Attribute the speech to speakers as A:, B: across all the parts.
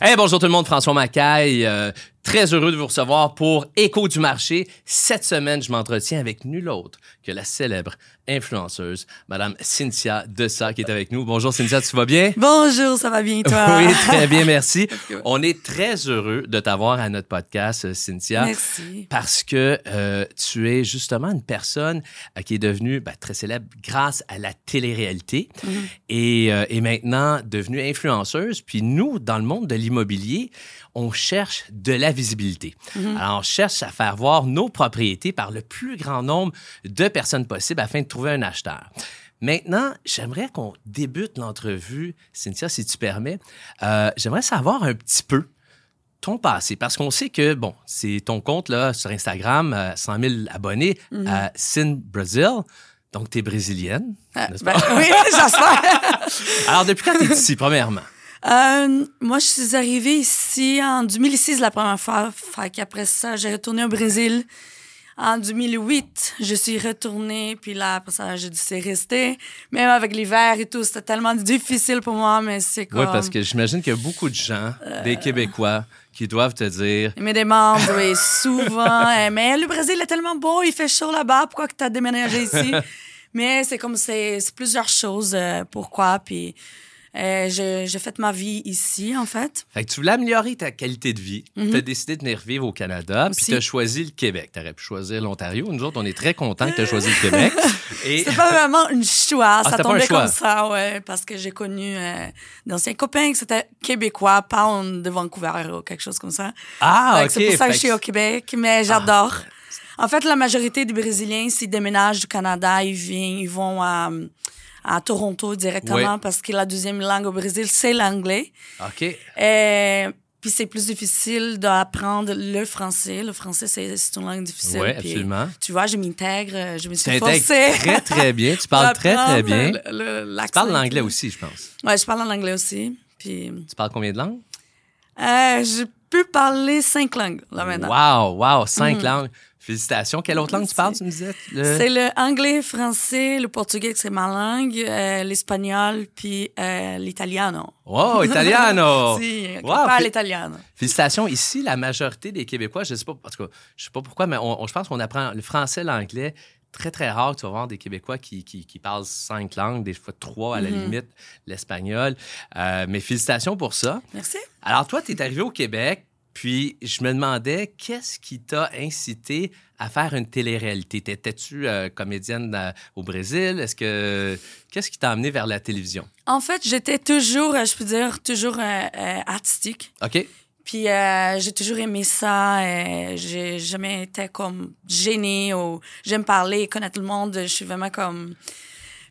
A: Hey, bonjour tout le monde, François Macaille. euh, très heureux de vous recevoir pour Écho du marché. Cette semaine, je m'entretiens avec nul autre que la célèbre influenceuse, Madame Cynthia Dessa, qui est avec nous. Bonjour Cynthia, tu vas bien?
B: Bonjour, ça va bien toi?
A: Oui, très bien, merci. On est très heureux de t'avoir à notre podcast, euh, Cynthia.
B: Merci.
A: parce que euh, tu es justement une personne euh, qui est devenue ben, très célèbre grâce à la télé-réalité et euh, est maintenant devenue influenceuse. Puis nous, dans le monde de l'immobilier, on cherche de la visibilité. Alors, on cherche à faire voir nos propriétés par le plus grand nombre de personnes possible afin de trouver un acheteur. Maintenant, j'aimerais qu'on débute l'entrevue, Cynthia, si tu permets. Euh, j'aimerais savoir un petit peu ton passé? Parce qu'on sait que, bon, c'est ton compte là, sur Instagram, euh, 100 000 abonnés à Sin Brazil. Donc, tu es brésilienne.
B: Ah,
A: n'est-ce
B: ben, oui, j'espère.
A: Alors, depuis quand tu es ici, premièrement?
B: Euh, moi, je suis arrivée ici en 2006 la première fois. Fait qu'après ça, j'ai retourné au Brésil. En 2008, je suis retournée, puis là, après ça, j'ai dû c'est rester. Même avec l'hiver et tout, c'était tellement difficile pour moi, mais c'est comme...
A: Oui, parce que j'imagine qu'il y a beaucoup de gens,
B: Euh.
A: des Québécois, qui doivent te dire
B: Ils me demandent, oui, souvent, eh, mais le Brésil est tellement beau, il fait chaud là-bas, pourquoi que t'as déménagé ici? mais c'est comme, c'est c'est plusieurs choses, euh, pourquoi, puis euh, je- j'ai fait ma vie ici, en fait.
A: Fait que tu voulais améliorer ta qualité de vie. Tu as décidé de venir vivre au Canada, puis
B: Mm-hmm. Aussi.
A: tu as choisi le Québec. Tu aurais pu choisir l'Ontario. Nous autres, on est très contents que tu as choisi le Québec. Et
B: C'était pas vraiment une choix, ça
A: c'était pas un
B: tombait
A: choix.
B: comme ça, ouais, parce que j'ai connu euh, d'anciens copains qui étaient québécois, pas en- de Vancouver ou quelque chose comme ça.
A: Ah,
B: Fait
A: OK.
B: que C'est pour
A: Fait
B: ça que
A: que Ah,
B: je suis au Québec, mais j'adore. En fait, la majorité des Brésiliens, s'ils déménagent du Canada, ils viennent, ils vont à, à Toronto directement
A: Ouais.
B: parce que la deuxième langue au Brésil, c'est l'anglais.
A: OK.
B: Et puis c'est plus difficile d'apprendre le français. Le français, c'est c'est une langue difficile.
A: Oui,
B: Puis,
A: absolument.
B: Tu vois, je m'intègre, je me
A: Tu
B: suis
A: t'intègres
B: forcée.
A: très, très bien. Tu parles très, très
B: d'apprendre
A: bien.
B: le- le-
A: Tu
B: l'accent
A: parles
B: et
A: l'anglais
B: tout.
A: aussi, je pense.
B: Ouais, je parle l'anglais aussi. Puis
A: Tu parles combien de langues?
B: euh, je peux parler cinq langues là maintenant.
A: Wow, wow, cinq langues. Félicitations. Quelle autre langue tu
B: Merci.
A: parles, tu me disais? Le-
B: C'est le anglais, français, le portugais, que c'est ma langue, euh, l'espagnol, puis euh, l'italiano.
A: Wow, Oh, italiano!
B: si,
A: Wow,
B: on parle
A: fé-
B: italiano.
A: Félicitations. Ici, la majorité des Québécois, je sais pas, en tout cas, je sais pas pourquoi, mais on- on- je pense qu'on apprend le français, l'anglais. Très, très rare que tu vas voir des Québécois qui, qui- qui parlent cinq langues, des fois trois à
B: Mm-hmm.
A: la limite, l'espagnol. Euh, mais félicitations pour ça.
B: Merci.
A: Alors, toi, tu es arrivé au Québec, puis je me demandais, qu'est-ce qui t'a incité à faire une télé-réalité? T'étais-tu euh, comédienne euh, au Brésil? Est-ce que. Qu'est-ce qui t'a amené vers la télévision?
B: En fait, j'étais toujours, euh, je peux dire, toujours euh, euh, artistique.
A: OK?
B: Puis euh, j'ai toujours aimé ça. euh, j'ai jamais été comme gênée ou j'aime parler, connaître le monde. Je suis vraiment comme.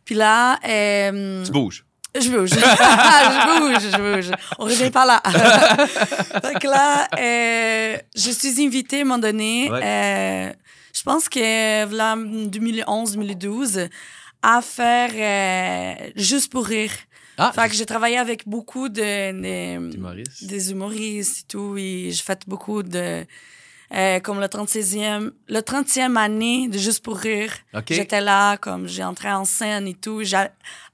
B: Puis là, euh,
A: Tu bouges.
B: Je bouge. je bouge, je bouge. On revient par là. fait que là, euh, je suis invitée à un moment donné,
A: Ouais.
B: euh, je pense que voilà, 2011-2012, à faire euh, Juste pour rire.
A: Ah,
B: Fait que j'ai travaillé avec beaucoup de, de-
A: t'es humoriste.
B: des humoristes et tout, et j'ai fait beaucoup de... euh, comme le 36e, le 30e année de Juste pour rire.
A: OK.
B: J'étais là, comme j'ai entré en scène et tout. J'ai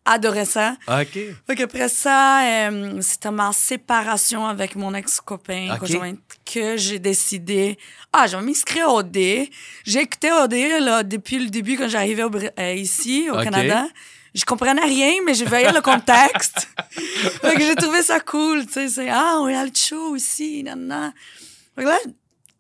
B: adoré ça.
A: OK.
B: Fait qu'après ça, euh, c'était ma séparation avec mon ex-copain
A: Ok.
B: conjoint que j'ai décidé. Ah, je vais m'inscrire au D. J'ai écouté au D là, depuis le début quand j'arrivais au Br- euh, ici, au
A: Ok.
B: Canada. Je comprenais rien, mais je voyais le contexte. fait que j'ai trouvé ça cool. Tu sais, c'est Ah, on a le show ici, nanana. Fait que là,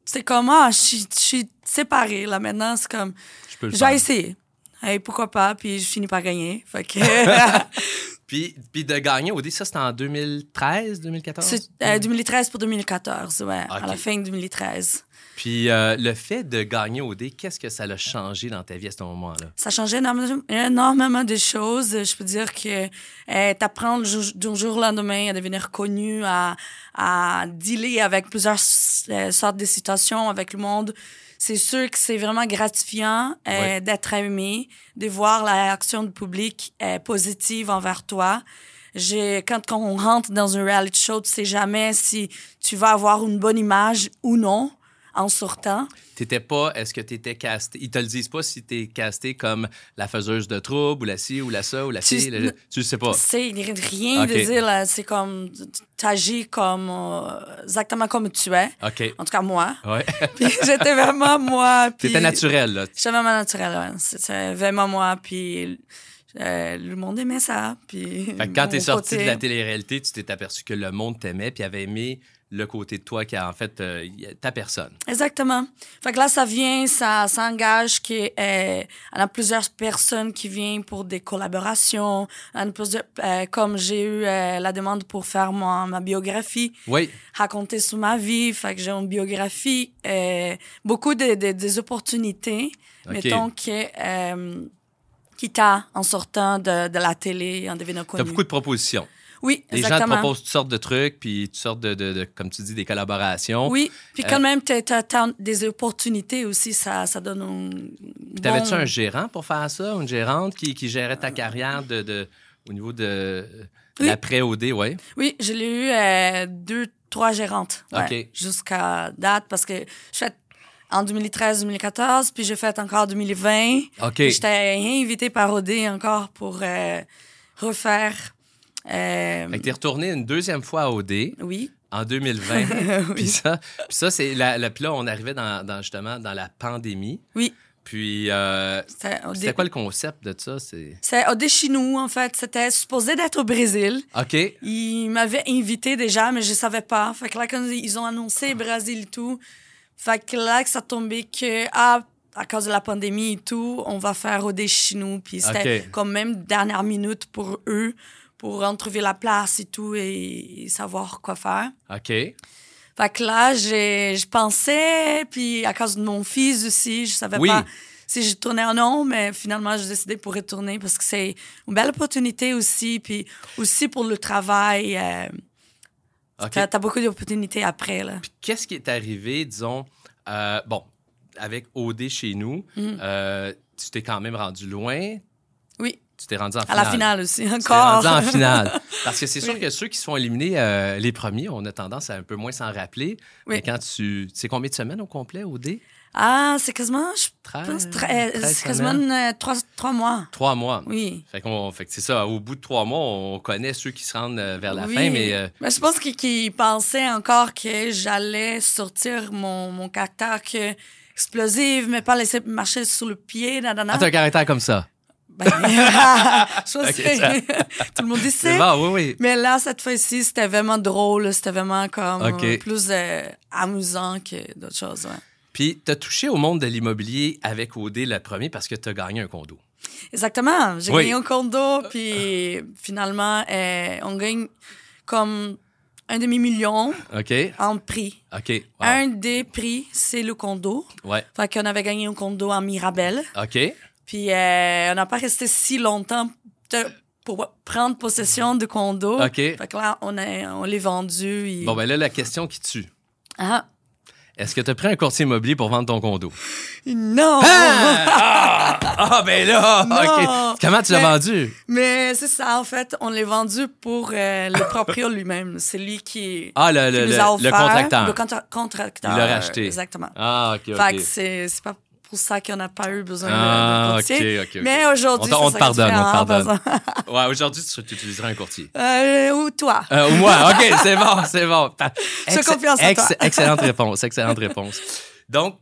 B: c'est comme Ah, je suis- je suis séparée. Là, maintenant, c'est comme
A: Je peux le
B: Je vais
A: faire.
B: essayer. Hey, pourquoi pas? Puis je finis par gagner. Fait que.
A: Puis, puis de gagner au dé, ça, c'était en 2013, 2014?
B: C'est euh, 2013 pour 2014, ouais,
A: Ok.
B: à la fin de 2013.
A: Puis euh, le fait de gagner au dé, qu'est-ce que ça l'a changé dans ta vie à ce moment-là?
B: Ça changeait énorme- énormément de choses. Je peux dire que euh, t'apprends le jou- du jour au lendemain à devenir connu, à, à dealer avec plusieurs s- euh, sortes de situations avec le monde. C'est sûr que c'est vraiment gratifiant euh,
A: Ouais.
B: d'être aimé, de voir la réaction du public euh, positive envers toi. J'ai- Quand, quand on rentre dans un reality show, tu sais jamais si tu vas avoir une bonne image ou non. en sortant.
A: T'étais pas, est-ce que tu étais casté? Ils te le disent pas si tu es casté comme la faiseuse de troubles ou la ci ou la ça ou la
B: Tu-
A: ci. le- Tu sais pas.
B: C'est rien
A: Ok.
B: de dire, là, c'est comme, t'agis comme, euh, exactement comme tu es.
A: OK.
B: En tout cas, moi.
A: Ouais.
B: Puis j'étais vraiment moi. Puis
A: T'étais naturel, là.
B: J'étais vraiment naturelle, ouais. C'était vraiment moi. Puis euh, le monde aimait ça. Puis
A: Fait que quand t'es
B: mon
A: sorti
B: côté-
A: de la télé-réalité, tu t'es aperçu que le monde t'aimait puis avait aimé le côté de toi qui a en fait euh, y a- ta personne.
B: Exactement. Fait que là, ça vient, ça s'engage. qu'il y a plusieurs personnes qui viennent pour des collaborations. On a plusieurs- euh, comme j'ai eu euh, la demande pour faire mon- ma biographie,
A: Oui.
B: raconter sur ma vie. Fait que j'ai une biographie. euh, beaucoup de, de- des opportunités,
A: OK.
B: mettons, que, euh, qui t'a en sortant de, de la télé, en devenant
A: T'as
B: connu.
A: beaucoup de propositions.
B: Oui,
A: Les gens te
B: exactement.
A: proposent toutes sortes de trucs, puis toutes sortes de, de- de- comme tu dis, des collaborations.
B: Oui, puis
A: Euh,
B: quand même, tu des opportunités aussi, ça, ça donne un.
A: T'avais-tu
B: bon-
A: un gérant pour faire ça, ou une gérante qui, qui gérait ta carrière de, de- au niveau de
B: Oui.
A: l'après-OD, oui?
B: Oui, je l'ai eu euh, deux, trois gérantes. ouais,
A: OK.
B: Jusqu'à date, parce que je fais en 2013-2014, puis j'ai fait encore en 2020.
A: OK.
B: Puis J'étais invitée par OD encore pour euh, refaire. euh,
A: Fait que t'es retourné une deuxième fois à OD
B: oui.
A: en 2020.
B: Oui.
A: Puis ça, puis ça c'est la, la- puis là, on arrivait dans, dans, justement dans la pandémie.
B: Oui.
A: Puis euh,
B: C'était OD.
A: c'était quoi le concept de ça? C'est...
B: C'était OD chez nous, en fait. C'était supposé d'être au Brésil.
A: OK.
B: Ils m'avaient invité déjà, mais je savais pas. Fait que là, quand ils ont annoncé Brésil et tout, fait que là, que ça tombait que, ah, à cause de la pandémie et tout, on va faire au nous. Puis c'était
A: Ok.
B: quand même dernière minute pour eux, pour en trouver la place et tout et, et savoir quoi faire.
A: OK.
B: Fait que là, j'ai- je pensais, puis à cause de mon fils aussi, je savais
A: Oui.
B: pas si je tournais ou non, mais finalement, j'ai décidé pour retourner parce que c'est une belle opportunité aussi, puis aussi pour le travail. euh,
A: OK.
B: T'as t'as beaucoup d'opportunités après, là.
A: Puis qu'est-ce qui est arrivé, disons, euh, bon, avec OD chez nous,
B: Mhm.
A: euh, tu t'es quand même rendu loin.
B: Oui,
A: Tu t'es rendu en
B: à
A: finale.
B: la finale aussi,
A: Tu t'es rendu
B: encore.
A: en finale. Parce que c'est sûr
B: Oui.
A: que ceux qui se font éliminer euh, les premiers, on a tendance à un peu moins s'en rappeler.
B: Oui.
A: Mais quand tu. C'est combien de semaines au complet, OD?
B: Ah, c'est quasiment, je
A: 13?
B: pense, tre- euh,
A: 13
B: c'est quasiment
A: Ah, semaines?
B: euh, trois, trois mois.
A: Trois mois.
B: Oui.
A: Fait, qu'on- fait que c'est ça, au bout de trois mois, on connaît ceux qui se rendent euh, vers la
B: Oui.
A: fin, mais euh,
B: Mais je pense qu'ils qu'ils pensaient encore que j'allais sortir mon, mon caractère que explosive, mais pas laisser marcher sur le pied, nanana.
A: ah, t'as un caractère comme ça.
B: Ben, je pense
A: Ok,
B: que
A: ça-
B: tout le monde dit
A: C'est
B: ça.
A: bon, Ah, oui, oui.
B: Mais là, cette fois-ci, c'était vraiment drôle. C'était vraiment comme
A: Ok.
B: euh, plus euh, amusant que d'autres choses. ouais.
A: Puis, t'as touché au monde de l'immobilier avec OD le premier parce que t'as gagné un condo.
B: Exactement. J'ai
A: Oui.
B: gagné un condo, puis finalement, euh, on gagne comme un demi-million
A: OK?
B: en prix.
A: OK. Wow.
B: Un des prix, c'est le condo.
A: Ouais.
B: Fait qu'on avait gagné un condo à Mirabel.
A: OK.
B: Puis euh, on n'a pas resté si longtemps te- pour prendre possession du condo.
A: OK.
B: Fait que là, on, a- on l'est vendu. et-
A: Bon, ben là, la question qui tue.
B: Ah,
A: Est-ce que t'as pris un courtier immobilier pour vendre ton condo?
B: non!
A: Ah! Ah, ben là!
B: Non!
A: OK. Comment tu l'as
B: Mais-
A: vendu?
B: Mais c'est ça, en fait, on l'est vendu pour euh, le proprio lui-même. C'est lui qui,
A: Ah, le,
B: qui
A: le,
B: nous
A: le-
B: a
A: le
B: offert.
A: contracteur.
B: Le contra- contracteur.
A: Il l'a racheté.
B: Exactement.
A: Ah, OK,
B: Fait
A: OK.
B: que c'est c'est pas pour ça qu'on n'a pas eu besoin de-
A: Ah,
B: de
A: OK,
B: courtier.
A: OK. ok.
B: Mais aujourd'hui,
A: On te- on
B: c'est
A: te
B: ça qui est
A: pardonne, on te
B: différent,
A: pardonne.
B: par exemple.
A: Ouais, aujourd'hui, tu, tu utiliserais un courtier.
B: Euh, ou toi.
A: Euh, ou moi, OK, c'est bon, c'est bon. Pa-
B: Je fais confiance en toi.
A: excellente réponse, excellente réponse. Donc,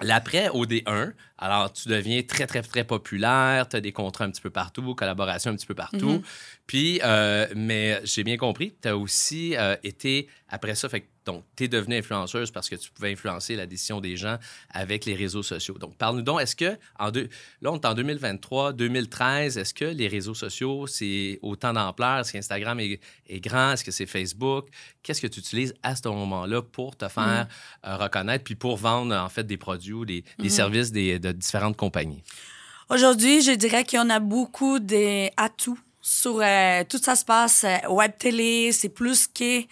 A: l'après OD1, alors tu deviens très, très, très populaire, tu as des contrats un petit peu partout, collaborations un petit peu partout. Puis, euh, mais j'ai bien compris, tu as aussi euh, été, après ça, fait que, donc, tu es devenue influenceuse parce que tu pouvais influencer la décision des gens avec les réseaux sociaux. Donc, parle-nous donc, est-ce que, en deux, là, on est en 2023, 2013, est-ce que les réseaux sociaux, c'est autant d'ampleur? Est-ce qu'Instagram est, est grand? Est-ce que c'est Facebook? Qu'est-ce que tu utilises à ce moment-là pour te faire euh, reconnaître puis pour vendre, en fait, des produits ou des,
B: Mhm.
A: des services des- de différentes compagnies?
B: Aujourd'hui, je dirais qu'il y en a beaucoup des atouts sur euh, tout ça se passe euh, web télé, c'est plus que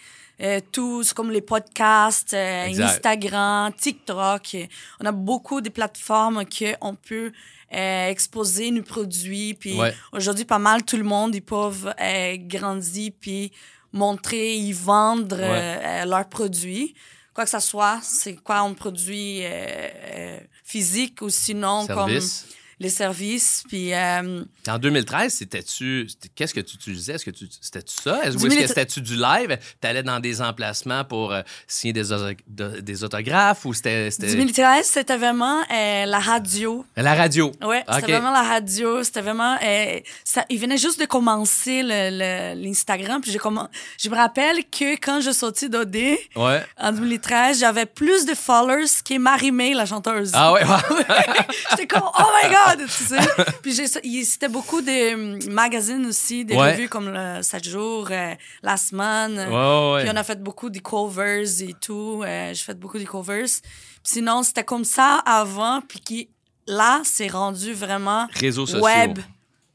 B: euh, tout, c'est comme les podcasts, euh,
A: Exact.
B: Instagram, TikTok. On a beaucoup de plateformes que on peut euh, exposer nos produits. Puis
A: Ouais.
B: aujourd'hui, pas mal tout le monde ils peuvent euh, grandir puis montrer, ils vendre euh, euh, leurs produits. quoi que ça soit, c'est quoi on produit euh, euh, physique ou sinon
A: Service.
B: comme les services. Puis euh,
A: Puis En 2013, c'était-tu. c'était- Qu'est-ce que tu utilisais? Est-ce que tu, c'était-tu ça? Est-ce,
B: Du
A: ou est-ce que
B: milita-
A: c'était-tu du live? T'allais dans des emplacements pour euh, signer des, auto- de- des autographes ou c'était. c'était-
B: 2013, c'était vraiment euh, la radio.
A: La radio.
B: Ouais,
A: OK.
B: c'était vraiment la radio. C'était vraiment. euh, ça, il venait juste de commencer le- le- l'Instagram. Puis j'ai commen- je me rappelle que quand je sortis d'OD
A: Ouais.
B: en 2013, j'avais plus de followers que Marie-May, la chanteuse.
A: Ah ouais, ouais.
B: J'étais comme, oh my God! Tu sais? Puis j'ai- il- c'était beaucoup de hum, magazines aussi, des
A: Ouais.
B: revues comme le 7 jours, euh, La Semaine.
A: Ouais, ouais, ouais.
B: Puis on a fait beaucoup des covers et tout. euh, J'ai fait beaucoup des covers. Puis sinon, c'était comme ça avant. Puis qui, là, c'est rendu vraiment
A: Réseaux sociaux.
B: web.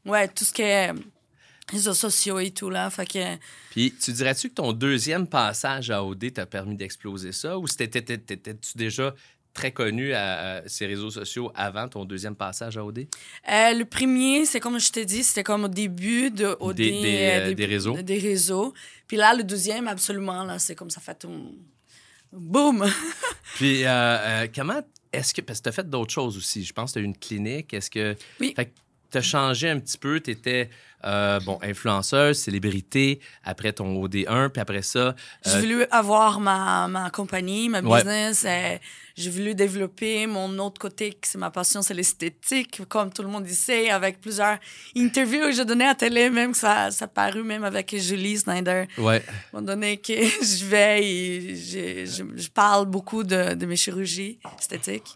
B: Ouais, tout ce qui est euh, réseaux sociaux et tout, là. Fait que.
A: Puis tu dirais-tu que ton deuxième passage à OD t'a permis d'exploser ça ou c'était- t'étais- t'étais-tu déjà très connu à, à ces réseaux sociaux avant ton deuxième passage à OD?
B: Euh, le premier, c'est comme je t'ai dit, c'était comme au début de, au
A: Des-
B: dé-
A: des, euh, des réseaux.
B: Des réseaux. Puis là, le deuxième, absolument, là, c'est comme ça fait tout. Boum!
A: Puis euh, euh, comment est-ce que. Parce que t'as fait d'autres choses aussi. Je pense que t'as eu une clinique. Est-ce que.
B: Oui.
A: Fait que t'as changé un petit peu. T'étais, euh, bon, influenceuse, célébrité, après ton OD1, puis après ça.
B: J'ai
A: euh,
B: voulu avoir ma, ma compagnie, ma
A: Ouais.
B: business. euh, J'ai voulu développer mon autre côté, que c'est ma passion, c'est l'esthétique, comme tout le monde sait, avec plusieurs interviews que je donnais à télé, même que ça, ça parut, même avec Julie Snyder.
A: ouais.
B: À un moment donné que je vais et je, je- je parle beaucoup de, de mes chirurgies esthétiques.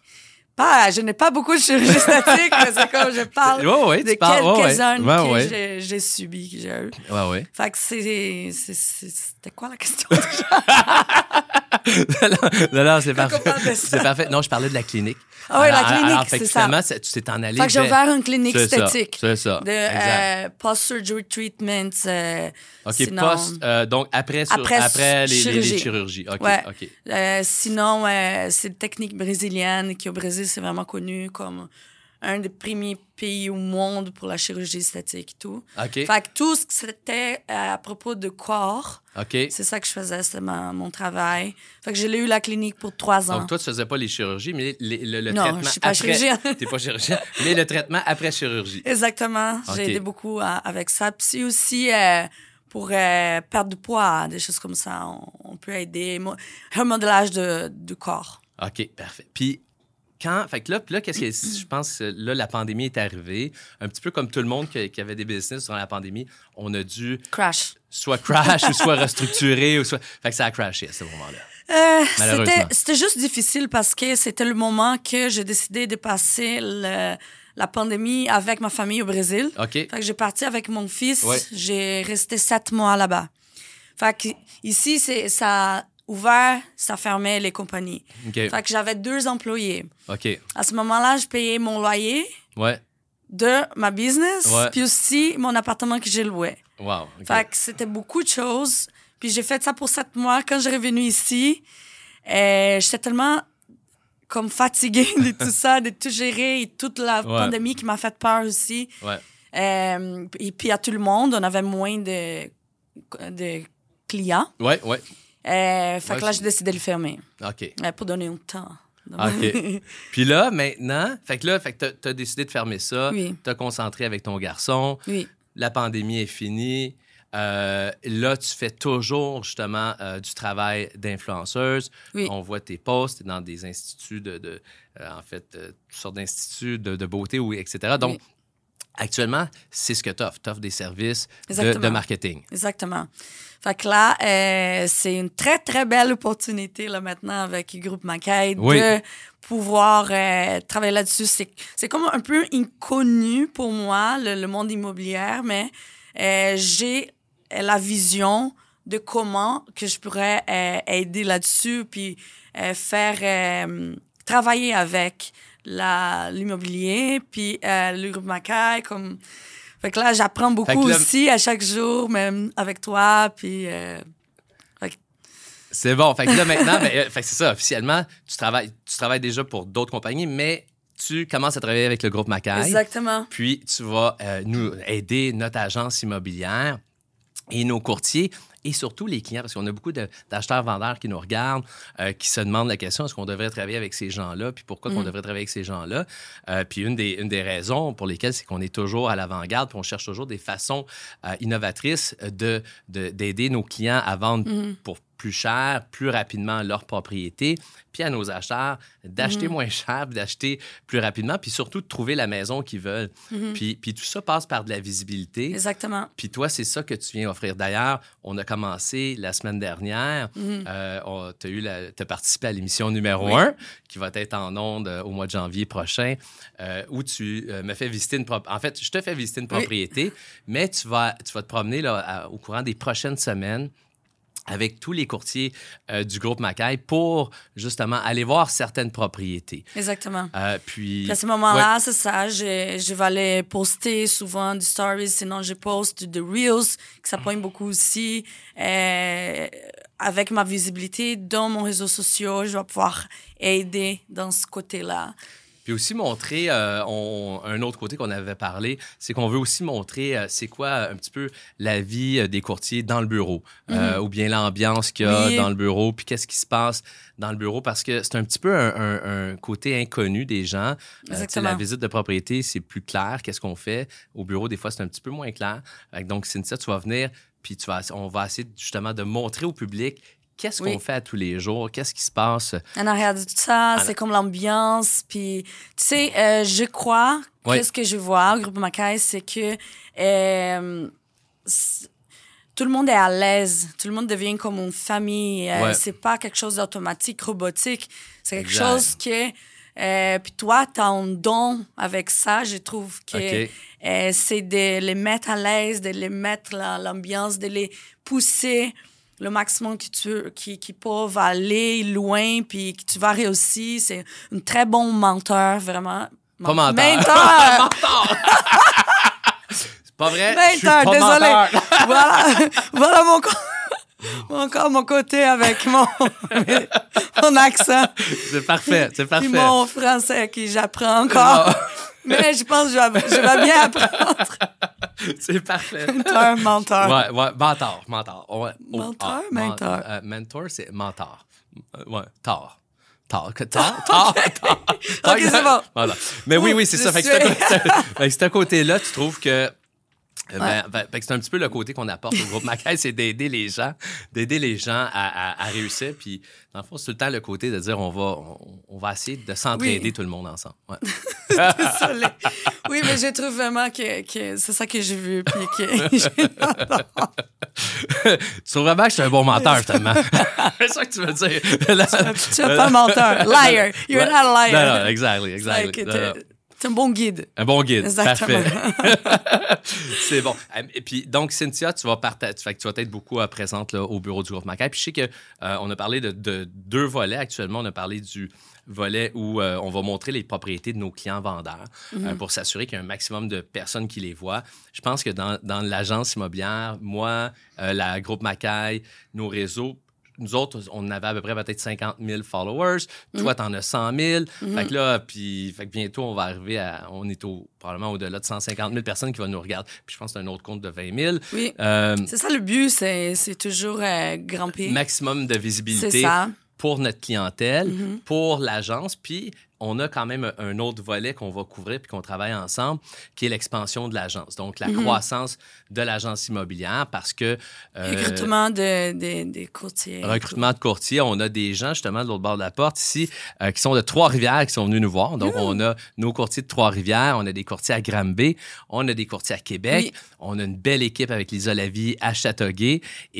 B: Pas, je n'ai pas beaucoup de chirurgie esthétique, mais c'est comme je parle
A: Ouais, ouais,
B: de
A: tu parles- ouais, ouais.
B: quelques-unes
A: Ouais,
B: que
A: ouais.
B: j'ai- j'ai subies, que j'ai eues.
A: Ouais, ouais.
B: Fait que c'est... c'est- c'est- C'était quoi la question?
A: non, non, c'est
B: Quand
A: parfait.
B: on parle de ça.
A: C'est parfait. Non, je parlais de la clinique.
B: Ah oui, la
A: Alors-
B: clinique,
A: alors, fait que
B: c'est ça.
A: Finalement, c'est- tu t'es en allé.
B: fait que j'ai
A: vers-
B: ouvert une clinique
A: C'est ça,
B: esthétique.
A: C'est ça.
B: De
A: Exact.
B: euh, post-surgery treatment. euh,
A: OK,
B: sinon-
A: post, euh, donc après, sur- après,
B: Après
A: les, les- les
B: chirurgie.
A: chirurgies. OK,
B: Ouais.
A: OK.
B: Euh, sinon, euh, c'est une technique brésilienne qui, au Brésil, c'est vraiment connu comme un des premiers pays au monde pour la chirurgie esthétique et tout.
A: OK,
B: Fait que tout ce que c'était euh, à propos de corps,
A: OK.
B: c'est ça que je faisais, c'était ma- mon travail. Fait que je l'ai eu la clinique pour trois ans.
A: Donc, toi, tu faisais pas les chirurgies, mais les- les- le, le
B: non,
A: traitement
B: je suis pas
A: après...
B: chirurgienne.
A: T'es pas chirurgien, mais le traitement après chirurgie.
B: Exactement,
A: Ok.
B: j'ai aidé beaucoup à- avec ça. Puis c'est aussi euh, pour euh, perdre du poids, des choses comme ça, on, on peut aider. Mo- Remodelage de- du corps.
A: OK, parfait. Puis quand, fait que là, puis là qu'est-ce que je pense que là la pandémie est arrivée, un petit peu comme tout le monde qui, qui avait des business durant la pandémie, on a dû
B: Crash.
A: soit crash ou soit restructurer ou soit fait que ça a crashé à ce moment-là.
B: Euh,
A: Malheureusement.
B: c'était- C'était juste difficile parce que c'était le moment que j'ai décidé de passer le- la pandémie avec ma famille au Brésil.
A: OK.
B: Fait que j'ai parti avec mon fils.
A: Ouais.
B: J'ai resté sept mois là-bas. Fait que ici, c'est- ça a ouvert, ça fermait les compagnies.
A: OK.
B: Fait que j'avais deux employés.
A: OK.
B: À ce moment-là, je payais mon loyer
A: Ouais.
B: de ma business,
A: Ouais.
B: puis aussi mon appartement que j'ai loué.
A: Wow. OK.
B: Fait que c'était beaucoup de choses. Puis j'ai fait ça pour sept mois. Quand je suis revenue ici, euh, j'étais tellement comme fatiguée de tout ça, de tout gérer et toute la
A: Ouais.
B: pandémie qui m'a fait peur aussi.
A: Ouais.
B: Euh, et puis à tout le monde, on avait moins de, de clients.
A: Ouais, ouais.
B: Euh, fait
A: Ouais,
B: que là,
A: c'est-
B: j'ai décidé de le fermer
A: OK.
B: euh, pour donner un temps.
A: Ah, OK. Puis là, maintenant, fait que là, fait que t'as- t'as décidé de fermer ça,
B: Oui.
A: t'as concentré avec ton garçon,
B: oui.
A: la pandémie est finie. Euh, là, tu fais toujours justement euh, du travail d'influenceuse.
B: Oui.
A: On voit tes posts t'es dans des instituts de, de- euh, en fait, euh, toutes sortes d'instituts de, de beauté ou etc. Donc,
B: Oui.
A: actuellement, c'est ce que tu offres. Tu offres des services de,
B: Exactement.
A: de marketing.
B: Exactement. Fait que là, euh, c'est une très, très belle opportunité là, maintenant avec Groupe Macaï
A: Oui.
B: de pouvoir euh, travailler là-dessus. C'est c'est comme un peu inconnu pour moi, le, le monde immobilier, mais euh, j'ai euh, la vision de comment que je pourrais euh, aider là-dessus puis euh, faire euh, travailler avec la- l'immobilier puis euh, le groupe Macaï comme fait que là, j'apprends
A: Fait que
B: beaucoup
A: là-
B: aussi à chaque jour, même avec toi. Puis euh,
A: C'est bon. Fait que là, maintenant, ben, euh, fait que c'est ça. Officiellement, tu travailles, tu travailles déjà pour d'autres compagnies, mais tu commences à travailler avec le groupe Macaille.
B: exactement.
A: Puis, tu vas euh, nous aider, notre agence immobilière, et nos courtiers et surtout les clients, parce qu'on a beaucoup d'acheteurs-vendeurs qui nous regardent, euh, qui se demandent la question, est-ce qu'on devrait travailler avec ces gens-là, puis pourquoi mmh. on devrait travailler avec ces gens-là. Euh, puis une des, une des raisons pour lesquelles, c'est qu'on est toujours à l'avant-garde, puis on cherche toujours des façons euh, innovatrices d'aider de, d'aider nos clients à vendre
B: Mm. Mhm,
A: mmh. pour plus cher, plus rapidement leur propriété, puis à nos acheteurs d'acheter mmh. moins cher, d'acheter plus rapidement, puis surtout de trouver la maison qu'ils veulent. Mmh. Puis, puis, tout ça passe par de la visibilité.
B: mhm. Exactement.
A: Puis toi, c'est ça que tu viens offrir. D'ailleurs, on a commencé la semaine dernière, mmh.
B: Mhm,
A: euh, tu as, as, participé à l'émission numéro oui. 1, qui va être en ondes au mois de janvier prochain, euh, où tu euh, me fais visiter une propriété. En fait, je te fais visiter une propriété, oui. mais tu vas, tu vas te promener là, à, au courant des prochaines semaines avec tous les courtiers euh, du groupe Macaille pour justement aller voir certaines propriétés.
B: Exactement.
A: Euh, puis, puis,
B: à ce moment-là, ouais. c'est ça, je, je, vais aller poster souvent du stories, sinon je poste de reels, que ça pogne beaucoup aussi. Euh, avec ma visibilité dans mon réseau social, je vais pouvoir aider dans ce côté-là.
A: Puis aussi montrer euh, on, un autre côté qu'on avait parlé, c'est qu'on veut aussi montrer euh, c'est quoi un petit peu la vie euh, des courtiers dans le bureau, mm -hmm. euh, ou bien l'ambiance qu'il y a oui. dans le bureau, puis qu'est-ce qui se passe dans le bureau, parce que c'est un petit peu un, un, un, côté inconnu des gens. Euh, la visite de propriété, c'est plus clair, qu'est-ce qu'on fait. Au bureau, des fois, c'est un petit peu moins clair. Donc, Cynthia, tu vas venir, puis tu vas, on va essayer justement de montrer au public qu'est-ce oui. qu'on fait à tous les jours, qu'est-ce qui se passe.
B: En arrière de tout ça, c'est comme l'ambiance. Puis, tu sais, euh, je crois, oui. qu'est-ce que je vois au groupe Macaï, c'est que euh, tout le monde est à l'aise, tout le monde devient comme une famille. Euh, ouais. C'est pas quelque chose d'automatique, robotique. C'est quelque exact. chose que. Euh, puis toi, t'as un don avec ça. Je trouve que okay. Euh, c'est de les mettre à l'aise, de les mettre l'ambiance, de les pousser le maximum que tu qui, qui peuvent aller loin puis que tu vas réussir. C'est un très bon menteur, vraiment.
A: Pas menteur. Menteur! C'est pas vrai? Menteur, pas
B: désolé.
A: Menteur.
B: voilà, voilà mon encore mon côté avec mon, mon accent.
A: C'est parfait, c'est parfait.
B: Puis mon français qui j'apprends encore. Non. Mais je pense que je vais, je vais bien apprendre.
A: C'est parfait.
B: Menteur, mentor.
A: Ouais, ouais, mentor, mentor. Ouais.
B: Oh, mentor, ah, mentor.
A: Euh, mentor, c'est mentor. Ouais, tort. Tard, tard, tard, tard.
B: Ok, c'est bon.
A: Voilà. Mais oui, oui, c'est ça. Fait que c'est à côté-là, tu trouves que Ouais. Ben, ben, ben, c'est un petit peu le côté qu'on apporte au groupe Macaille, c'est d'aider les gens, d'aider les gens à, à, à, réussir. Puis, dans le fond, c'est tout le temps le côté de dire on va, on, on va essayer de s'entraider oui. tout le monde ensemble. Ouais.
B: Désolée. Oui, mais je trouve vraiment que, que c'est ça que j'ai vu. Puis que
A: je... tu trouves vraiment que je suis un bon menteur, finalement. c'est ça que tu veux dire.
B: tu n'es pas menteur. Liar. You're not a liar.
A: Non, non, exactly, exactly. Like
B: c'est un bon guide.
A: Un bon guide. Exactement. Parfait. c'est bon. Euh, Et puis, donc, Cynthia, tu vas, partager, fait que tu vas être beaucoup euh, présente là, au bureau du groupe Macaire. Puis, je sais qu'on euh, a parlé de, de, deux volets actuellement. On a parlé du volet où euh, on va montrer les propriétés de nos clients vendeurs mm -hmm. pour s'assurer qu'il y a un maximum de personnes qui les voient. Je pense que dans, dans l'agence immobilière, moi, euh, la groupe Macaille, nos réseaux, nous autres, on avait à peu près peut-être 50 000 followers. Toi, mm -hmm. t'en as 100 000. Mm
B: Mhm.
A: -hmm. Fait que là, puis fait que bientôt, on va arriver à. On est au, probablement au-delà de 150 000 personnes qui vont nous regarder. Puis je pense que c'est un autre compte de 20 000.
B: Oui. Euh, c'est ça le but, c'est toujours euh, grimper.
A: Maximum de visibilité. Ça. Pour notre clientèle, mm
B: Mhm.
A: -hmm. pour l'agence. Puis on a quand même un autre volet qu'on va couvrir puis qu'on travaille ensemble, qui est l'expansion de l'agence. Donc, la mm -hmm. croissance de l'agence immobilière parce que...
B: Euh, recrutement de, de, de, courtiers.
A: Recrutement de courtiers. On a des gens, justement, de l'autre bord de la porte ici, euh, qui sont de Trois-Rivières, qui sont venus nous voir. Donc, mm -hmm. on a nos courtiers de Trois-Rivières, on a des courtiers à Granby, on a des courtiers à Québec, oui. on a une belle équipe avec Lisa Lavie à Châteauguay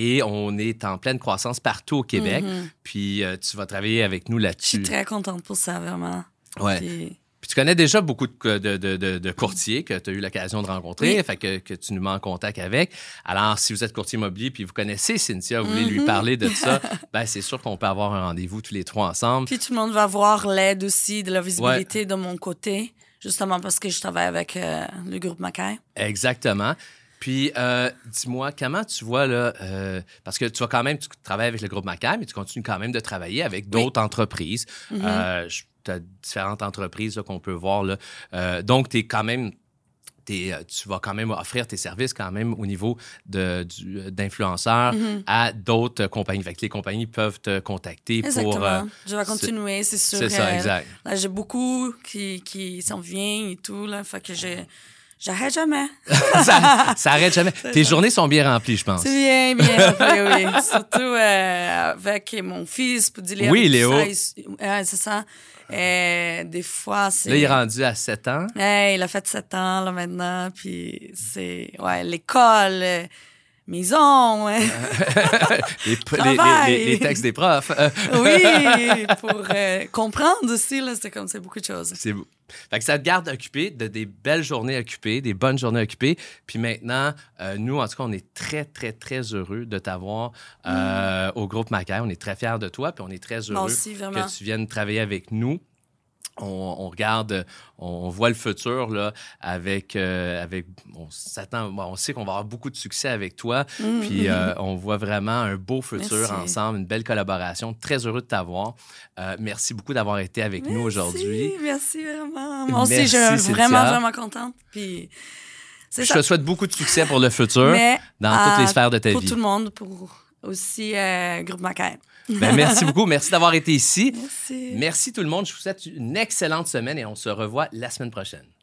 A: et on est en pleine croissance partout au Québec. Mm -hmm. Puis, euh, tu vas travailler avec nous là-dessus.
B: Mhm. Je suis Mm-hmm. très contente pour ça, vraiment.
A: Ouais. Puis... Puis tu connais déjà beaucoup de, de, de, de courtiers que tu as eu l'occasion de rencontrer, oui. fait que, que, tu nous mets en contact avec. Alors, si vous êtes courtier immobilier puis vous connaissez Cynthia, vous mm -hmm. voulez lui parler de ça, ben, c'est sûr qu'on peut avoir un rendez-vous tous les trois ensemble.
B: Puis tout le monde va voir l'aide aussi, de la visibilité ouais. de mon côté, justement parce que je travaille avec euh, le groupe Macaire.
A: Exactement. Puis, euh, dis-moi, comment tu vois, là, euh, parce que tu vas quand même, tu travailles avec le groupe Macaire, mais tu continues quand même de travailler avec d'autres oui. entreprises. Mm
B: Mm-hmm.
A: Euh, -hmm. je, tu as différentes entreprises qu'on peut voir. Là. Euh, donc, tu es quand même t'es, euh, tu vas quand même offrir tes services quand même au niveau de, du- euh, d'influenceurs
B: Mm-hmm.
A: à d'autres euh, compagnies. Fait que les compagnies peuvent te contacter
B: Exactement.
A: pour... euh,
B: je vais continuer, c'est sûr.
A: c'est ça,
B: euh,
A: exact.
B: Là, j'ai beaucoup qui, qui s'en viennent et tout, là. Fait que j'ai. J'arrête jamais.
A: ça, ça arrête jamais. Tes journées sont bien remplies, je pense.
B: C'est bien, bien rappelé, oui. Surtout euh, avec mon fils, pour dire
A: Oui,
B: tout
A: Léo.
B: ça, il- ouais, c'est ça. Euh, des fois, c'est.
A: Là, il est rendu à 7 ans.
B: Ouais, il a fait 7 ans, là, maintenant. Puis c'est. Ouais, l'école, euh, maison. ouais.
A: Les, p- les-
B: Travail.
A: les- les- les textes des profs. Euh,
B: oui, pour euh, comprendre aussi, là. C'est comme, c'est beaucoup de choses.
A: C'est beau. Fait que ça te garde occupé, de des belles journées occupées, des bonnes journées occupées. Puis maintenant, euh, nous, en tout cas, on est très, très, très heureux de t'avoir euh, au groupe Macaire. On est très fiers de toi, puis on est très
B: Mm. Moi
A: heureux
B: aussi, vraiment.
A: que tu viennes travailler avec nous. On, on regarde, on voit le futur là, avec, euh, avec, on s'attend, bon, on sait qu'on va avoir beaucoup de succès avec toi,
B: Mm,
A: puis
B: mm,
A: euh, on voit vraiment un beau futur
B: Merci.
A: ensemble, une belle collaboration. Très heureux de t'avoir. Euh, merci beaucoup d'avoir été avec nous aujourd'hui.
B: Merci, merci vraiment. Moi aussi,
A: Merci,
B: je suis vraiment,
A: Cynthia.
B: vraiment contente. Puis, c'est
A: Je
B: ça.
A: te souhaite beaucoup de succès pour le futur
B: Mais
A: dans
B: euh,
A: toutes les sphères de ta
B: pour
A: vie.
B: tout le monde, pour aussi euh, Groupe Macaire.
A: Ben, merci beaucoup. Merci d'avoir été ici.
B: Merci.
A: Merci tout le monde. Je vous souhaite une excellente semaine et on se revoit la semaine prochaine.